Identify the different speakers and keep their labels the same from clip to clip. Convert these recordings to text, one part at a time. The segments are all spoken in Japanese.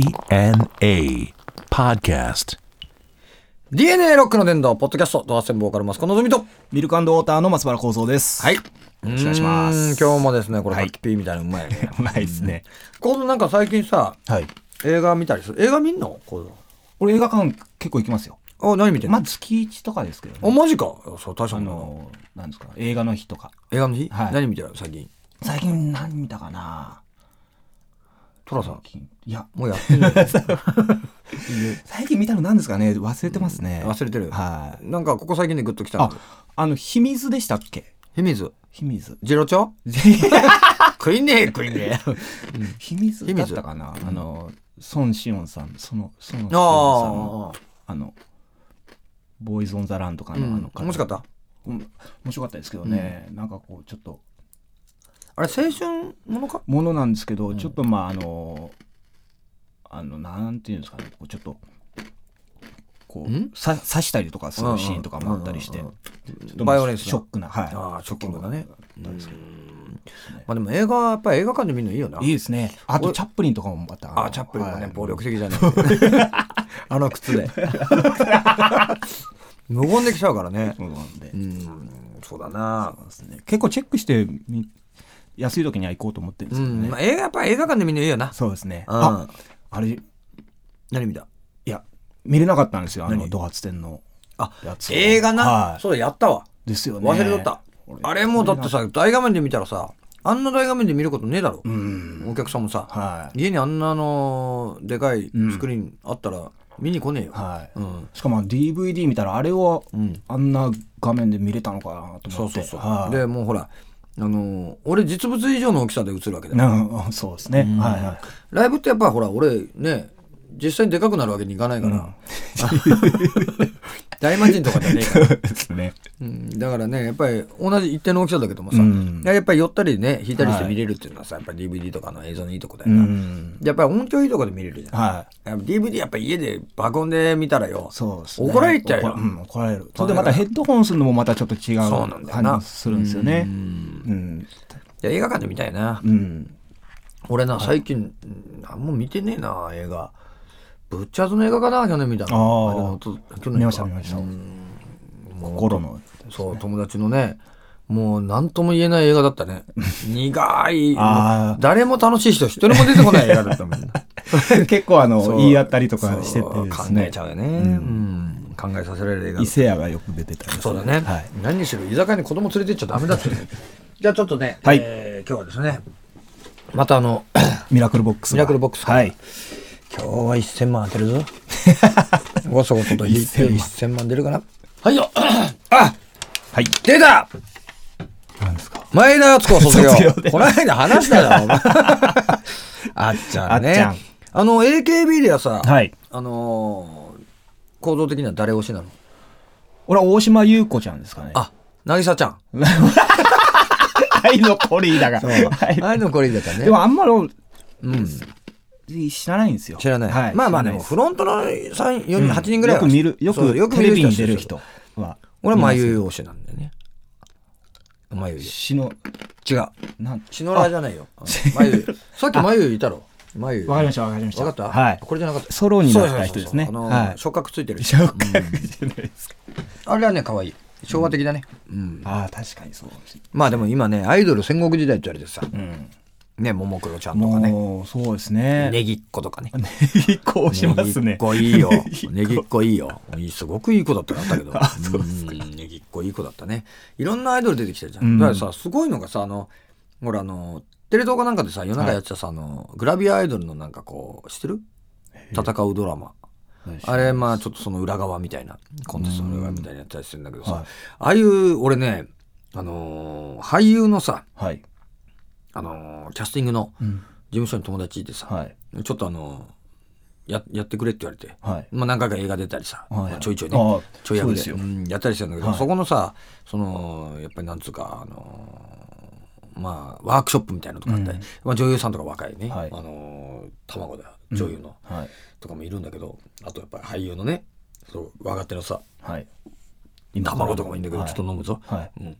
Speaker 1: DNA Podcast.
Speaker 2: DNA ロックの伝道、ポッドキャスト、ドアセンボーカルマスコのぞみと。
Speaker 3: ミルクウォーターの松原幸三です。
Speaker 2: はい
Speaker 3: よろしくお願いします。
Speaker 2: 今日もですね、これ、ハ
Speaker 3: はい
Speaker 2: ッピーみたいなのうまいよね。
Speaker 3: うまいですね。
Speaker 2: コードなんか最近さ、
Speaker 3: はい。
Speaker 2: 映画見たりする。映画見んのコー
Speaker 3: 俺映画館結構行きますよ。
Speaker 2: ド。あ、何見てん
Speaker 3: ま
Speaker 2: の、
Speaker 3: あ月1とかですけど
Speaker 2: あ、
Speaker 3: ね。
Speaker 2: マジか。そう、大したこと
Speaker 3: あ
Speaker 2: ない
Speaker 3: の、なんですか、映画の日とか。
Speaker 2: 映画の日、
Speaker 3: はい
Speaker 2: 何見てるの最近。
Speaker 3: 最近何見たかな
Speaker 2: トラさん
Speaker 3: 最。近いや、
Speaker 2: もうやってるよ。
Speaker 3: 最近見たの何ですかね忘れてますね。
Speaker 2: 忘れてる。
Speaker 3: はい。
Speaker 2: なんか、ここ最近でグッときたの
Speaker 3: あ。、あの、秘密でしたっけ
Speaker 2: 秘密。
Speaker 3: 秘密。
Speaker 2: ジロチョ食いねえ、食いね え。
Speaker 3: 秘密だったかなあの、孫子音さん、その、その、さんの、
Speaker 2: あ
Speaker 3: あの、ボーイズ・オン・ザ・ランとか
Speaker 2: あ。う
Speaker 3: の、あの
Speaker 2: ん、
Speaker 3: 方
Speaker 2: 面白かった
Speaker 3: うん面白かったですけどね、なんかこうちょっと
Speaker 2: あれ、青春ものか
Speaker 3: ものなんですけど、ちょっとまああのあのなんていうんですかねこうちょっとこ
Speaker 2: ん
Speaker 3: うさ刺したりとかするシーンとかもあったりして、
Speaker 2: うんうん
Speaker 3: ちょっとまあ
Speaker 2: バイオレンスな
Speaker 3: ショックなはい
Speaker 2: ああ、ショッキングだね。
Speaker 3: なんですけど
Speaker 2: まあでも映画はやっぱり映画館で見るのいいよな。
Speaker 3: いいですねあとチャップリンとかもまた
Speaker 2: あ、チャップリンもね、
Speaker 3: はい
Speaker 2: 暴力的じゃない。 あの靴で。 無言できちゃうからね。
Speaker 3: そうなんで、
Speaker 2: うん、そうだな。
Speaker 3: 結構チェックしてみ安い時には行こうと思ってるん
Speaker 2: う
Speaker 3: ですけどね、
Speaker 2: ん、まあ映画やっぱ映画館で見るのいいよな。
Speaker 3: そうですね
Speaker 2: あ
Speaker 3: ああれい
Speaker 2: 何見た
Speaker 3: や見れなかったんですよあの
Speaker 2: 何
Speaker 3: ド発展の
Speaker 2: あ
Speaker 3: やつを
Speaker 2: 映画な
Speaker 3: は。い
Speaker 2: そうだ、やったわ。
Speaker 3: ですよね
Speaker 2: 忘れとった。あれもうだってさ、大画面で見たらさ、あんな大画面で見ることねえだろ
Speaker 3: う。ん
Speaker 2: お客さんもさ、
Speaker 3: はい
Speaker 2: 家にあんなあの、でかいスクリーンあったら見に来ねえよ。
Speaker 3: はい、
Speaker 2: うん
Speaker 3: しかも DVD 見たらあれを
Speaker 2: うん
Speaker 3: あんな画面で見れたのかなと
Speaker 2: そ
Speaker 3: 思
Speaker 2: う
Speaker 3: って、
Speaker 2: そうそ
Speaker 3: は
Speaker 2: う。
Speaker 3: い
Speaker 2: で、もうほら、あの、俺実物以上の大きさで映るわけだよ
Speaker 3: うんうんそうですね、はいはい
Speaker 2: ライブってやっぱほら俺ね実際にでかくなるわけにいかないから、 大魔人とかじゃねえから、
Speaker 3: ですね
Speaker 2: うんだからねやっぱり同じ一定の大きさだけどもさ、
Speaker 3: うん
Speaker 2: やっぱり寄ったりね引いたりして見れるっていうのはさやっぱ DVD とかの映像のいいとこだよ
Speaker 3: う
Speaker 2: な、
Speaker 3: ん
Speaker 2: やっぱり音響いいとこで見れるじゃん
Speaker 3: はい
Speaker 2: やっぱ DVD やっぱ家で爆音で見たらよ
Speaker 3: そうですね
Speaker 2: 怒られちゃうよ
Speaker 3: 怒らん怒られるそれでまたヘッドホンするのもまたちょっと違う
Speaker 2: そうなんだよな
Speaker 3: 感じするんですよねうん
Speaker 2: いや映画館で見たいな、
Speaker 3: うん
Speaker 2: 俺な最近うん何も見てねえな映画ブッチャーズの映画かな去年見たの
Speaker 3: あー
Speaker 2: れおと去年か
Speaker 3: 見ました見ました心の
Speaker 2: そう、友達のね、もう何とも言えない映画だった ね。苦い、
Speaker 3: あー
Speaker 2: もう誰も楽しい人一人も出てこない映画だった もん。
Speaker 3: 結構あの
Speaker 2: そう
Speaker 3: 言い当たりとかしてて
Speaker 2: そう
Speaker 3: で
Speaker 2: 考
Speaker 3: す
Speaker 2: え
Speaker 3: ね
Speaker 2: ちゃうよね。うん考えさせられる映画
Speaker 3: 伊。勢屋がよく出てたんです
Speaker 2: そうだね。
Speaker 3: はい
Speaker 2: 何しろ居酒屋に子供連れてっちゃダメだって。 じゃあちょっとね、
Speaker 3: はい
Speaker 2: えー今日はですね、またあの、
Speaker 3: ミラクルボックスが
Speaker 2: ミラクルボックスが
Speaker 3: はい
Speaker 2: 今日は1000万当てる ぞ。ごそごそと引いて
Speaker 3: 1000万
Speaker 2: 1000万出るかな。はいよ あ
Speaker 3: はい
Speaker 2: 出た
Speaker 3: なんですか
Speaker 2: 前田敦子卒業。
Speaker 3: 卒業で
Speaker 2: この間話しただろ、お 前あっちゃんね。
Speaker 3: あっちゃん
Speaker 2: の、AKB ではさ、
Speaker 3: はい
Speaker 2: あのー構造的には誰推しなの
Speaker 3: 俺は大島優子ちゃんですかね。
Speaker 2: あ、渚ちゃん。
Speaker 3: 愛のポリーだが。はい
Speaker 2: あれのこれだからね。
Speaker 3: でもあんまり
Speaker 2: うん、
Speaker 3: 知らないんですよ。
Speaker 2: 知らない。
Speaker 3: はい
Speaker 2: まあまあでも、
Speaker 3: 知
Speaker 2: フロントの3、4人、
Speaker 3: らない
Speaker 2: 8人ぐらいは
Speaker 3: よく見る、よ
Speaker 2: そう
Speaker 3: くテレビに出る。
Speaker 2: よ
Speaker 3: 人は。
Speaker 2: 俺はまゆゆ推しなんだよね。まゆゆ。
Speaker 3: 死の、
Speaker 2: 違う。
Speaker 3: なん、
Speaker 2: シノラじゃないよ。まゆゆ。さっきまゆゆいたろ。まゆゆ。
Speaker 3: わかりました、わかりました。
Speaker 2: わかった
Speaker 3: はい。
Speaker 2: これじゃなかった。
Speaker 3: ソロになった人ですね
Speaker 2: そうそうそうそうあ
Speaker 3: は
Speaker 2: の
Speaker 3: い
Speaker 2: 触覚ついて る人。
Speaker 3: 小学じゃないですか。
Speaker 2: あれはね、可愛い。昭和的だね。うん。
Speaker 3: ああ、確かにそう。
Speaker 2: まあでも今ね、アイドル戦国時代って言われてさ、
Speaker 3: うん。
Speaker 2: ね、ももクロちゃんとかね、
Speaker 3: もう、そうですね。
Speaker 2: ねぎっ子とかね。
Speaker 3: ねぎっこをします
Speaker 2: ねぎ
Speaker 3: ね
Speaker 2: っ。子いい よ。ね
Speaker 3: ね
Speaker 2: ぎ
Speaker 3: ぎ
Speaker 2: っ
Speaker 3: っ
Speaker 2: 子いいよ。いいすごくいい子だったよあったけど。
Speaker 3: あそうですか
Speaker 2: うんねぎっ子いい子だったね。いろんなアイドル出てきてるじゃ。
Speaker 3: うんん
Speaker 2: だからさ、すごいのがさ、あの、ほらあの、テレ東かなんかでさ、夜中やってたさ、あの、グラビアアイドルのなんかこう、知ってる戦うドラマ。あれ、まあちょっとその裏側みたいな、コンテストの裏側みたいなやったりするんだけどさ、
Speaker 3: はい
Speaker 2: ああいう、俺ね、あのー俳優のさ、
Speaker 3: はい。
Speaker 2: あのーキャスティングの事
Speaker 3: ん
Speaker 2: 務所に友達いてさ、
Speaker 3: はい。
Speaker 2: ちょっとあのーや、やってくれって言われて、
Speaker 3: はい。
Speaker 2: まあ何回か映画出たりさ、
Speaker 3: はい
Speaker 2: ちょいちょい
Speaker 3: あ
Speaker 2: ね
Speaker 3: あ、
Speaker 2: ちょい役
Speaker 3: そ
Speaker 2: で
Speaker 3: うですよ
Speaker 2: うんやったりしてるんだけど、
Speaker 3: はい
Speaker 2: そこのさ、その、やっぱりなんつうか、あのーまあ、ワークショップみたいなのとかあったり、
Speaker 3: うん
Speaker 2: まあ、女優さんとか若いね、
Speaker 3: はい
Speaker 2: あのー卵だ、女優の、
Speaker 3: はい。
Speaker 2: とかもいるんだけど、あとやっぱり俳優のね、そう、若手のさ、
Speaker 3: はい。
Speaker 2: 卵とかもいいんだけど、
Speaker 3: はい
Speaker 2: ちょっと飲むぞ。
Speaker 3: はい。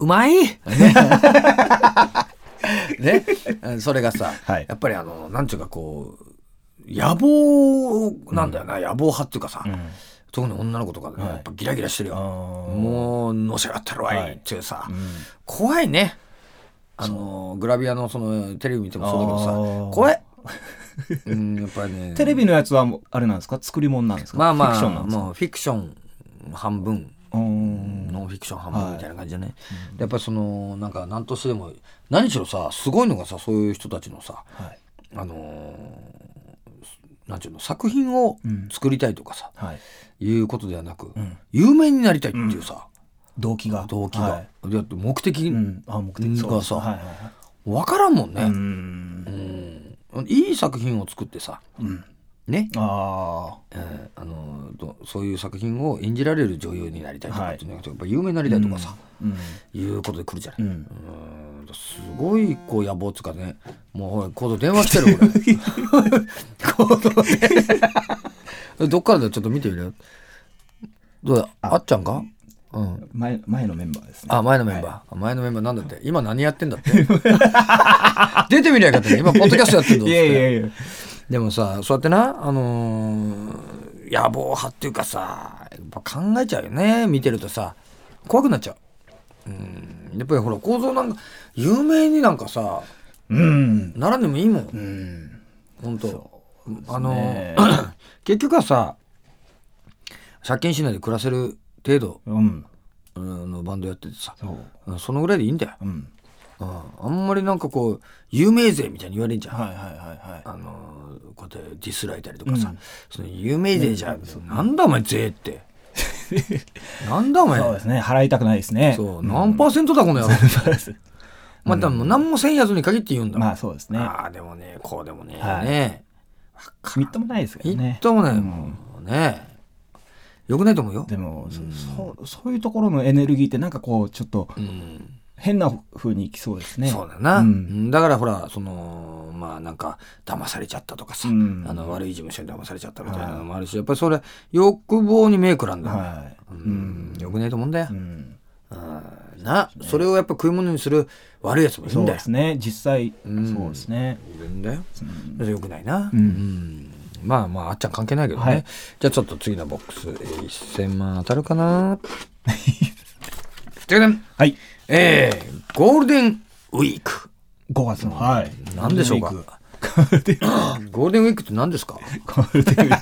Speaker 2: うまいね、うんそれがさ、
Speaker 3: はい
Speaker 2: やっぱりあのなんていうかこう野望なんだよな、野望派っていうかさ、
Speaker 3: うん
Speaker 2: 特に女の子とかね、
Speaker 3: はい
Speaker 2: やっぱギラギラしてるよ、
Speaker 3: も
Speaker 2: もうのし上がったろあ
Speaker 3: はい
Speaker 2: いっていうさ、怖いねあのグラビアのそのテレビ見てもそうだけど
Speaker 3: あ
Speaker 2: さ
Speaker 3: ー
Speaker 2: 怖い、 うん、やっぱりね
Speaker 3: テレビのやつはもうあれなんですか作り物なんですか
Speaker 2: まあま
Speaker 3: フィクシ
Speaker 2: あ
Speaker 3: ョンなんですか
Speaker 2: もうフィクション半分
Speaker 3: うーん
Speaker 2: ノンフィクション半分みたいな感じじゃない、でやっぱりそのなんか何としてでも何しろさすごいのがさそういう人たちのさ
Speaker 3: はい
Speaker 2: あのーなんていうの作品を
Speaker 3: うん
Speaker 2: 作りたいとかさ、
Speaker 3: はい
Speaker 2: いうことではなく、
Speaker 3: ん
Speaker 2: 有名になりたいっていうさ、
Speaker 3: 動機が
Speaker 2: 動機
Speaker 3: は
Speaker 2: が
Speaker 3: い、
Speaker 2: だって目的、
Speaker 3: うんあ目的
Speaker 2: がさ
Speaker 3: はいはいは
Speaker 2: 分からんもん
Speaker 3: いうー
Speaker 2: ね、
Speaker 3: ん
Speaker 2: うんいい作品を作ってさ、ね、
Speaker 3: あ
Speaker 2: えーあのーどそういう作品を演じられる女優になりたいとかっていうのが、やっぱ有名になりたいとかさ
Speaker 3: あ、うん
Speaker 2: いうことで来るじゃない、
Speaker 3: うん
Speaker 2: うんすごいこう野望っつうかねもうほらコード電話来てる俺 コードねどっからだよちょっと見てみるよどうだあっちゃんかうん
Speaker 3: 前前のメンバーですね
Speaker 2: あ前のメンバー、あ前のメンバーなんだって今何やってんだって 出てみりゃよかったね今ポッドキャストやってんだっつっ
Speaker 3: い
Speaker 2: て
Speaker 3: やいやいや
Speaker 2: でもさそうやってなあのー野望派っていうかさやっぱ考えちゃうよね見てるとさ怖くなっちゃううんやっぱりほら構造なんか有名になんかさ
Speaker 3: うん
Speaker 2: ならんでもいいもん
Speaker 3: うん
Speaker 2: 本当あの
Speaker 3: ね
Speaker 2: ー 結局はさ借金しないで暮らせる程度
Speaker 3: うん
Speaker 2: うんのバンドやっててさ
Speaker 3: そう
Speaker 2: うんそのぐらいでいいんだよ、
Speaker 3: うん
Speaker 2: うん、あんまりなんかこう有名税みたいに言われんじゃん
Speaker 3: はいはいはいは
Speaker 2: あのーこうやってディスられたりとかさ、
Speaker 3: うん
Speaker 2: その有名税じゃん、なんだお前税って なんだお
Speaker 3: い
Speaker 2: 前
Speaker 3: そうですね払いたくないですね
Speaker 2: そう
Speaker 3: うん
Speaker 2: 何パーセントだこの野郎
Speaker 3: そうです
Speaker 2: まあでも何もせんやつに限って言うんだ、
Speaker 3: まあそうですね
Speaker 2: ああでもねこうでもね、
Speaker 3: はい
Speaker 2: ね
Speaker 3: みっともないですけど
Speaker 2: 一
Speaker 3: ね
Speaker 2: っともない、
Speaker 3: うん
Speaker 2: もうねよくないと思うよ
Speaker 3: でも、そそうそういうところのエネルギーってなんかこうちょっと
Speaker 2: うん
Speaker 3: 変な風にいきそうですね。
Speaker 2: そうだな、
Speaker 3: うん
Speaker 2: うんだからほらそのまあなんか騙されちゃったとかさ、
Speaker 3: うん
Speaker 2: あの悪い事務所に騙されちゃったみたいなのもあるし、やっぱりそれ欲望に目くらんだ、
Speaker 3: は
Speaker 2: う
Speaker 3: い。
Speaker 2: ん、よくないと思うんだよ
Speaker 3: う、ん、
Speaker 2: うんなそれをやっぱ食い物にする悪いやつもいる
Speaker 3: そ
Speaker 2: ん
Speaker 3: う
Speaker 2: だよ
Speaker 3: ですね。実際、
Speaker 2: うん
Speaker 3: そうですね。
Speaker 2: いるんだよ
Speaker 3: うん
Speaker 2: よくないな、
Speaker 3: うん
Speaker 2: うんまあまああっちゃん関係ないけどね、
Speaker 3: はい
Speaker 2: じゃあちょっと次のボックスえー1000万当たるか なてかね
Speaker 3: はい。
Speaker 2: えー、ゴールデンウィーク
Speaker 3: 5月の。はい。
Speaker 2: 何でしょうか ゴールデンウィークって何ですか
Speaker 3: ゴールデンウィ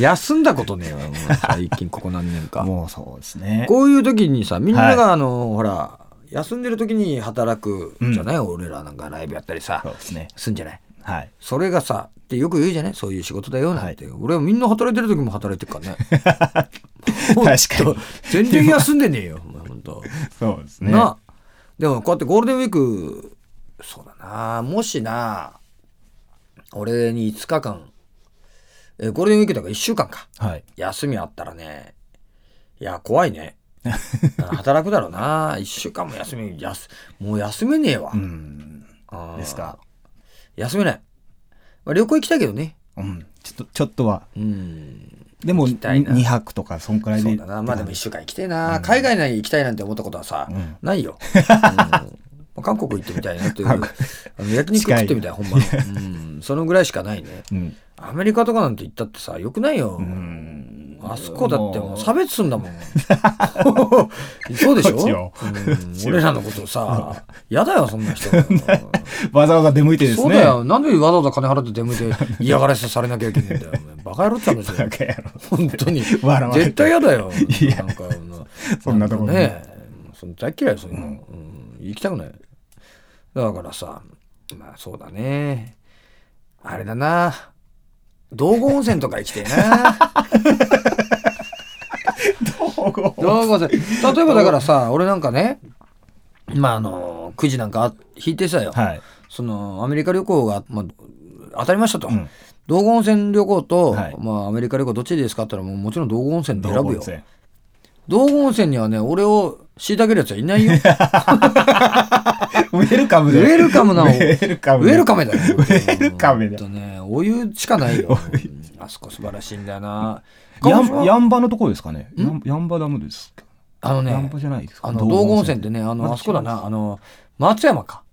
Speaker 2: 休んだことねえわもう最近ここ何年
Speaker 3: ク。
Speaker 2: か
Speaker 3: もうそうですね。
Speaker 2: こういう時にさみんな
Speaker 3: は
Speaker 2: があの、ほら休んでる時に働くじゃない、俺らなんかライブやったりさ
Speaker 3: そうですね。
Speaker 2: すんじゃない
Speaker 3: はい。
Speaker 2: それがさってよく言うじゃないそういう仕事だよなんて、俺はみんな働いてる時も働いてるからね
Speaker 3: 確かに。
Speaker 2: 全然休んでねえよお前ほんと
Speaker 3: そうですね。
Speaker 2: なあでもこうやってゴールデンウィークそうだなもしな俺に5日間えゴールデンウィークだから1週間か
Speaker 3: はい。
Speaker 2: 休みあったらねいや怖い ね働くだろうな1週間も休みやすもう休めねえわ、
Speaker 3: うん。
Speaker 2: あー
Speaker 3: ですか。
Speaker 2: 休めない、まあ、旅行行きたいけどね
Speaker 3: うん。ちょっと、ちょっとは。
Speaker 2: うん
Speaker 3: でも、
Speaker 2: 行きたいな
Speaker 3: 2泊とか、そんくらいで。
Speaker 2: そうだなまあでも1週間行きたいな、海外に行きたいなんて思ったことはさ、
Speaker 3: うん
Speaker 2: ない よ、うんまあ韓国行ってみたいなというあ
Speaker 3: 韓国
Speaker 2: の焼肉食ってみたい本場の、うん、そのぐらいしかないね
Speaker 3: うん。
Speaker 2: アメリカとかなんて行ったってさよくないよ、
Speaker 3: うん。
Speaker 2: あそこだっても
Speaker 3: も
Speaker 2: う
Speaker 3: う
Speaker 2: 差別すんだ もん。そうでし
Speaker 3: こっちよ
Speaker 2: ょ、うん、俺らのことさ、嫌だよ、そんな人。
Speaker 3: わざわざ出向いてですね。
Speaker 2: そうだよ、なんでわざわざ金払って出向いて嫌がらせされなきゃいけないんだよ。お前バカ野郎って話 だ
Speaker 3: バ
Speaker 2: よ。
Speaker 3: カ野郎。
Speaker 2: 本当に。
Speaker 3: 笑われて
Speaker 2: 絶対嫌だよ。なんか、
Speaker 3: そんなところに
Speaker 2: ね。その大嫌いよ、そういうの、うん行きたくない。だからさ、まあそうだね。あれだな。道後温泉とか行きてえな。道後温泉例えばだからさ俺なんかねまああのくじなんか引いてさよ、
Speaker 3: はい。
Speaker 2: そのアメリカ旅行が、まあ、当たりましたと、
Speaker 3: うん
Speaker 2: 道後温泉旅行と、
Speaker 3: はい
Speaker 2: まあ、アメリカ旅行どっちですかって言ったらもうもちろん道後温泉で選ぶ
Speaker 3: 道後
Speaker 2: よ
Speaker 3: 温
Speaker 2: 道
Speaker 3: 泉
Speaker 2: 後温泉にはね俺を虐げるやつはいないよ
Speaker 3: ウェルカム
Speaker 2: ウ
Speaker 3: だよ
Speaker 2: ェルカムな
Speaker 3: ウェルカム
Speaker 2: ウェルカムだよウ
Speaker 3: ェルカムだよ
Speaker 2: とねお湯しかないよあそこ素晴らしいんだよな
Speaker 3: や
Speaker 2: 鹿児島
Speaker 3: んやんばのところですかねやんやんばダムですか
Speaker 2: あの
Speaker 3: やん
Speaker 2: ね
Speaker 3: ばじゃないですか
Speaker 2: あの道後温泉って
Speaker 3: ね
Speaker 2: ねあの
Speaker 3: ま
Speaker 2: あ
Speaker 3: た
Speaker 2: そこだなあの松山か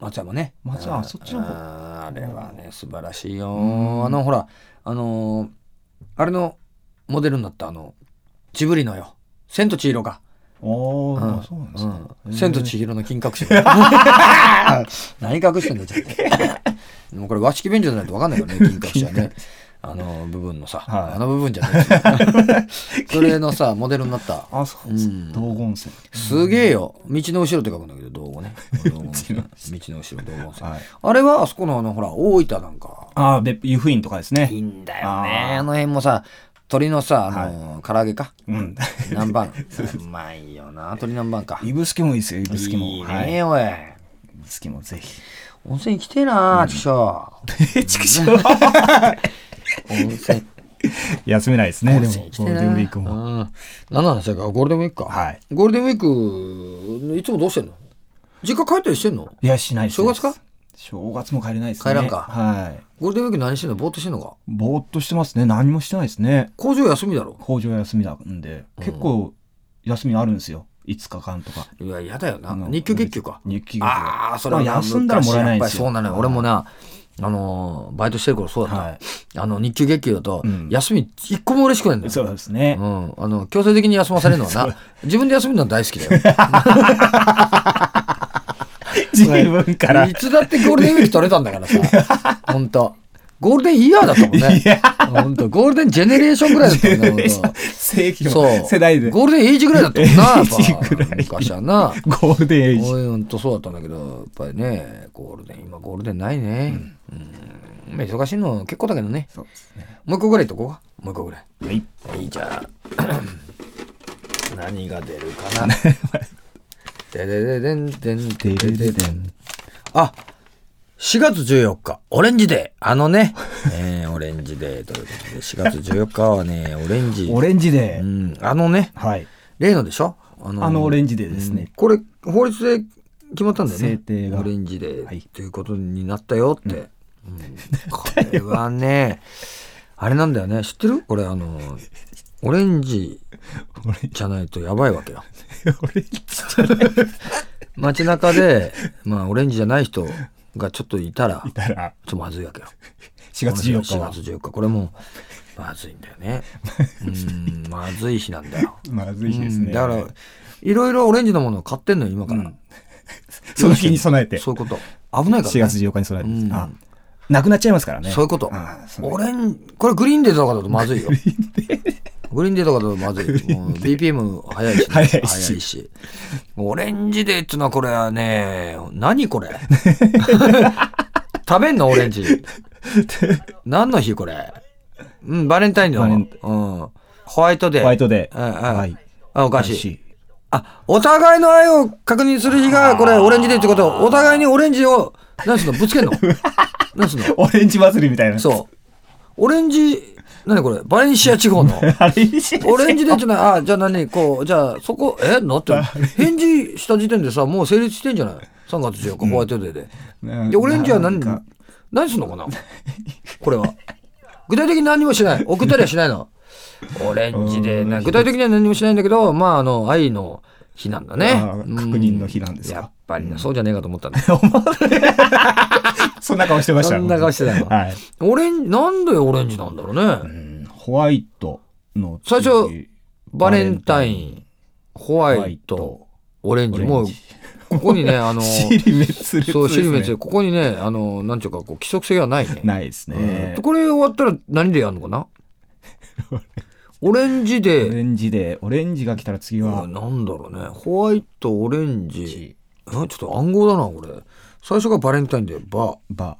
Speaker 2: 松山ね
Speaker 3: 松山あそっちの
Speaker 2: あ
Speaker 3: 方
Speaker 2: ーあれはね素晴らしいよあのほらあのーあれのモデルになったあのジブリのよ「千と千尋が」
Speaker 3: お
Speaker 2: うん
Speaker 3: ー、あそうなんですか。
Speaker 2: う
Speaker 3: え
Speaker 2: ん
Speaker 3: ー
Speaker 2: 千と千尋の金隠し 何隠してんだよちょっ とでもこれ和式便所じゃないと分かんないよね金隠しはねあの部分のさ、
Speaker 3: はい
Speaker 2: あの部分じゃないです よそれのさモデルになった
Speaker 3: あ、そう
Speaker 2: う
Speaker 3: です
Speaker 2: ん
Speaker 3: 道後温泉。
Speaker 2: すげえよ道の後ろって書くんだけど道後 ね道後温泉道の後ろ道後温泉、
Speaker 3: はい。
Speaker 2: あれはあそこのあのほら大分なんか
Speaker 3: ああ、別府湯布院とかです
Speaker 2: いい
Speaker 3: ね。
Speaker 2: んだよ
Speaker 3: あ
Speaker 2: ね
Speaker 3: ー
Speaker 2: あの辺もさ鶏のさあの、唐揚げか
Speaker 3: うん。
Speaker 2: 南蛮 うまいよな鶏南蛮か
Speaker 3: 指宿もいいですよ、指宿も。
Speaker 2: いい
Speaker 3: はい
Speaker 2: ねおい、
Speaker 3: 指宿もぜひ。
Speaker 2: 温泉行きてえなちくしょ
Speaker 3: 畜生
Speaker 2: う 温泉
Speaker 3: 休めないですね、でも。
Speaker 2: 温泉行き
Speaker 3: ゴ
Speaker 2: て
Speaker 3: ー
Speaker 2: え
Speaker 3: ル
Speaker 2: な
Speaker 3: デンウィークも。
Speaker 2: うん何の話だかゴールデンウィークか、
Speaker 3: はい
Speaker 2: ゴールデンウィークいつもどうしてんの実家帰ったりしてんの
Speaker 3: いや、しないです。
Speaker 2: 正月か
Speaker 3: 正月も帰れないですね。
Speaker 2: 帰らんか
Speaker 3: はい。
Speaker 2: ゴールデンウィーク何してんのぼーっとしてんのか
Speaker 3: ぼーっとしてますね。何もしてないですね。
Speaker 2: 工場休みだろ
Speaker 3: 工場休みなんで、結構休みあるんですよ。5日間とか。
Speaker 2: いや嫌だよな、
Speaker 3: うん
Speaker 2: 日給月給か
Speaker 3: 日給月給
Speaker 2: ああそれはな
Speaker 3: まあ休んだらもらえないんで
Speaker 2: 昔やっぱり
Speaker 3: すよ
Speaker 2: そうなのよ俺もなあのーバイトしてる頃そうだった、
Speaker 3: はい
Speaker 2: あの日給月給だと、
Speaker 3: うん
Speaker 2: 休み一個も嬉しくないんだよ
Speaker 3: そうですね。
Speaker 2: うん、あの強制的に休まされるの はな自分で休むのは大好きだよ
Speaker 3: 自分から。
Speaker 2: いつだってゴールデンウィーク取れたんだから さ。ほんと。ゴールデンイヤーだったもんね
Speaker 3: いや。
Speaker 2: ほんと。ゴールデンジェネレーションぐらいだったもんね、 ほんと。
Speaker 3: 世紀
Speaker 2: そう。
Speaker 3: の世代で。ゴ
Speaker 2: ゴールデンエイジぐらいだったもんな、やっ
Speaker 3: エイジぐら
Speaker 2: ぱ。
Speaker 3: い
Speaker 2: 昔はな。
Speaker 3: ールデンエイジ。
Speaker 2: おいほんとそうだったんだけど、やっぱりね、ゴールデン、今ゴールデンないね。うん。まあ忙しいの結構だけどね。
Speaker 3: そうですね。
Speaker 2: もう一個ぐらいいっとこうか。もう一個ぐらい。
Speaker 3: はい。
Speaker 2: はい、じゃあ。 何が出るかな。 ででででんでんででででん。あ4月14日、オレンジデー。あのね、 えーオレンジデーということで、4月14日はね、オレンジ。
Speaker 3: オレンジで
Speaker 2: う。ん、あのね、
Speaker 3: はい。
Speaker 2: 例のでしょあの
Speaker 3: あのオレンジデーですね。
Speaker 2: これ、法律で決まったんだよね。
Speaker 3: 制定が
Speaker 2: オレンジデ
Speaker 3: はい
Speaker 2: ーということになったよって。うんこれは ね、あれなんだよね。知ってるこれ、あの、オレンジ
Speaker 3: オレン
Speaker 2: じゃないとやばいわけよ。
Speaker 3: ジ。 オレンジ。
Speaker 2: 街中で、まあ、オレンジじゃない人がちょっといたら、ちょ
Speaker 3: だから、
Speaker 2: っとまずいわけよ。
Speaker 3: 4月14日
Speaker 2: 4
Speaker 3: は
Speaker 2: 月。14日これもうまずいんだよね うーんまずい日なんだよ
Speaker 3: まずいです
Speaker 2: うん
Speaker 3: ね。
Speaker 2: だからいろいろオレンジのものを買ってんのよ今から、
Speaker 3: うんその日に備えて。
Speaker 2: そういうこと危ないから、ね、
Speaker 3: 4月14日に備え
Speaker 2: う
Speaker 3: て
Speaker 2: ん。
Speaker 3: あ、なくなっちゃいますからね。
Speaker 2: そういうこと
Speaker 3: あそう
Speaker 2: オレンこれグリーンデーとかだとまずいよグリーンデーとかだとまずいもう BPM 早いし,、
Speaker 3: 早いし
Speaker 2: オレンジデーっていうのはこれはね何これ食べんのオレンジ何の日これうんバレンタインデー
Speaker 3: バレン
Speaker 2: の、うん、ホワイトデー
Speaker 3: ホワイトデー。
Speaker 2: うんうん
Speaker 3: はい。
Speaker 2: あおかし
Speaker 3: お
Speaker 2: い。あ、お互いの愛を確認する日が、これ、オレンジデーってことは、お互いにオレンジを、なんすの、ぶつけんのなんすの
Speaker 3: オレンジ祭りみたいな。う。
Speaker 2: そう。オレンジ、なにこれ、バレンシア地方の。
Speaker 3: あれいいし
Speaker 2: オレンジデーってのは、あ、じゃあ何、こう、じゃあ、そこ、え、なって、返事した時点でさ、もう成立してんじゃない ?3 月14日、ホワイトデーで。で、オレンジは何
Speaker 3: なんか、
Speaker 2: 何すんのかなこれは。具体的に何もしない。送ったりはしないの。オレンジで、な具体的には何もしないんだけど、まあ、あの、愛の日なんだね。
Speaker 3: あー
Speaker 2: うん
Speaker 3: 確認の日なんですか
Speaker 2: やっぱりな、そうじゃねえかと思 ったんだ。
Speaker 3: そんな顔してました。
Speaker 2: そんな顔してた の
Speaker 3: はい。
Speaker 2: オレンジ、なんでオレンジなんだろうね。
Speaker 3: うんホワイトの
Speaker 2: 最初
Speaker 3: 次
Speaker 2: バレンタイン、ホワ
Speaker 3: ホワ
Speaker 2: イ
Speaker 3: イ
Speaker 2: ト
Speaker 3: ト、
Speaker 2: オレン
Speaker 3: オ
Speaker 2: ジ。
Speaker 3: レンジ
Speaker 2: もう、ここ にね、あの、
Speaker 3: 尻滅裂ですね
Speaker 2: そう、シルメツ、ここにね、あの、なんていうか、こう、規則性が ないね。
Speaker 3: ないですね
Speaker 2: うんこれ終わったら何でやるのか なオレンジ
Speaker 3: オ
Speaker 2: で、
Speaker 3: レンジでオレンジが来たら次は
Speaker 2: なんだろうね。ホワイト、オレンジ。えちょっと暗号だな、これ。最初がバレンタインデー。バ、
Speaker 3: バ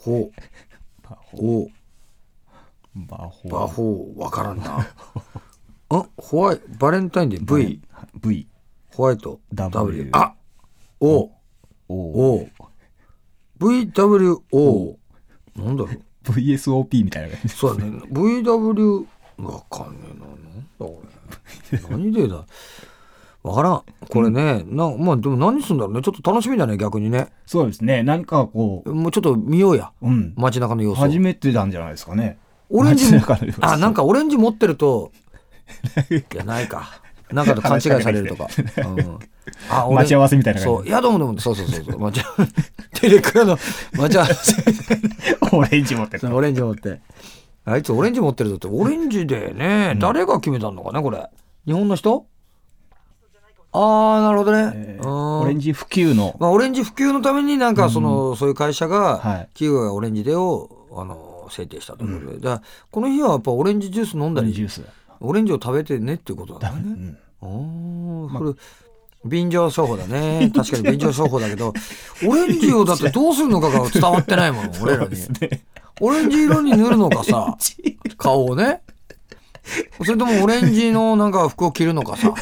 Speaker 2: ホ、
Speaker 3: バホ
Speaker 2: オ、
Speaker 3: バホ
Speaker 2: バホ、わからんな。 んホワイバレンタインデー。V、
Speaker 3: V
Speaker 2: ホワイト、
Speaker 3: W
Speaker 2: W、あ、O、
Speaker 3: O
Speaker 2: O、VWO、なんだろう。
Speaker 3: VSOP みたいな感じ
Speaker 2: そうだね。VW、わかんねえな。なんだこれ。何でだ。わからん。これね、なまあでも何するんだろうね。ちょっと楽しみだね、逆にね。
Speaker 3: そうですね何かこ
Speaker 2: もうちょっと見ようや。
Speaker 3: ううん
Speaker 2: 街中の様子を
Speaker 3: 初めてなんじゃないですかね
Speaker 2: オレンジ
Speaker 3: 街中の様子
Speaker 2: あ、なんかオレンジ持ってると、いや、ないか。なんかと勘違いされるとか。うんあ俺
Speaker 3: 待ち合わせみたいな
Speaker 2: そ
Speaker 3: 感
Speaker 2: う、いや、どうもどうも、そうそうそうそう、待ち合わせ、 テレクラの待ち合わせ、
Speaker 3: じ。オレンジ持って
Speaker 2: そ
Speaker 3: た
Speaker 2: う。オレンジ持って。あいつオレンジ持ってるぞって、オレンジでね、誰が決めたのかね、これ。日本の人あー、なるほどね。うん
Speaker 3: オレンジ普及の。
Speaker 2: まあ、オレンジ普及のためになんかその、そういう会社が、
Speaker 3: はい
Speaker 2: 企業がオレンジデーをあの制定したということで、だからこの日はやっぱオレンジジュース飲んだり
Speaker 3: ジュース。
Speaker 2: オレンジを食べてねっていうことだね。おーこれ便乗商法だ ね確かに便乗商法だけどオレンジをだってどうするのかが伝わってない もん俺らに、オレンジ色に塗るのかさ顔をねそれともオレンジのなんか服を着るのかさ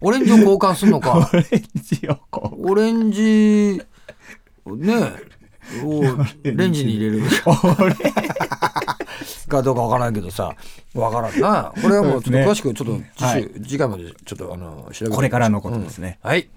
Speaker 2: オレンジを交換するのか
Speaker 3: オレンジをこ
Speaker 2: オレンジ、ねえ、をレンジに入れるかどうかわからんけどさ、わからんな。これはもうちょっと詳しく、ちょっと次週、
Speaker 3: はい
Speaker 2: 次回までちょっとあの、調べ
Speaker 3: う。
Speaker 2: て
Speaker 3: これからのことですね。
Speaker 2: はい。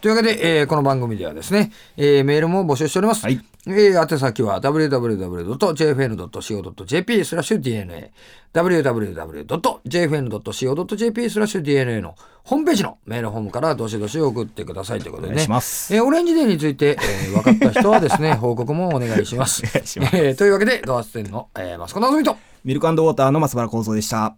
Speaker 2: というわけで、えーこの番組ではですね、えーメールも募集しております。
Speaker 3: はい
Speaker 2: えー宛先は www.jfn.co.jp スラッシュ DNA、www.jfn.co.jp スラッシュ DNA のホームページのメールホームからどしどし送ってくださいということで
Speaker 3: お
Speaker 2: ね。
Speaker 3: 願いします
Speaker 2: えーオレンジデーについて、えー分かった人はです ね、報告もお願いします。
Speaker 3: お願いします
Speaker 2: えーというわけで、ドアステンの、えーマスコナズミと、
Speaker 3: ミルクウォーターの松原幸三でした。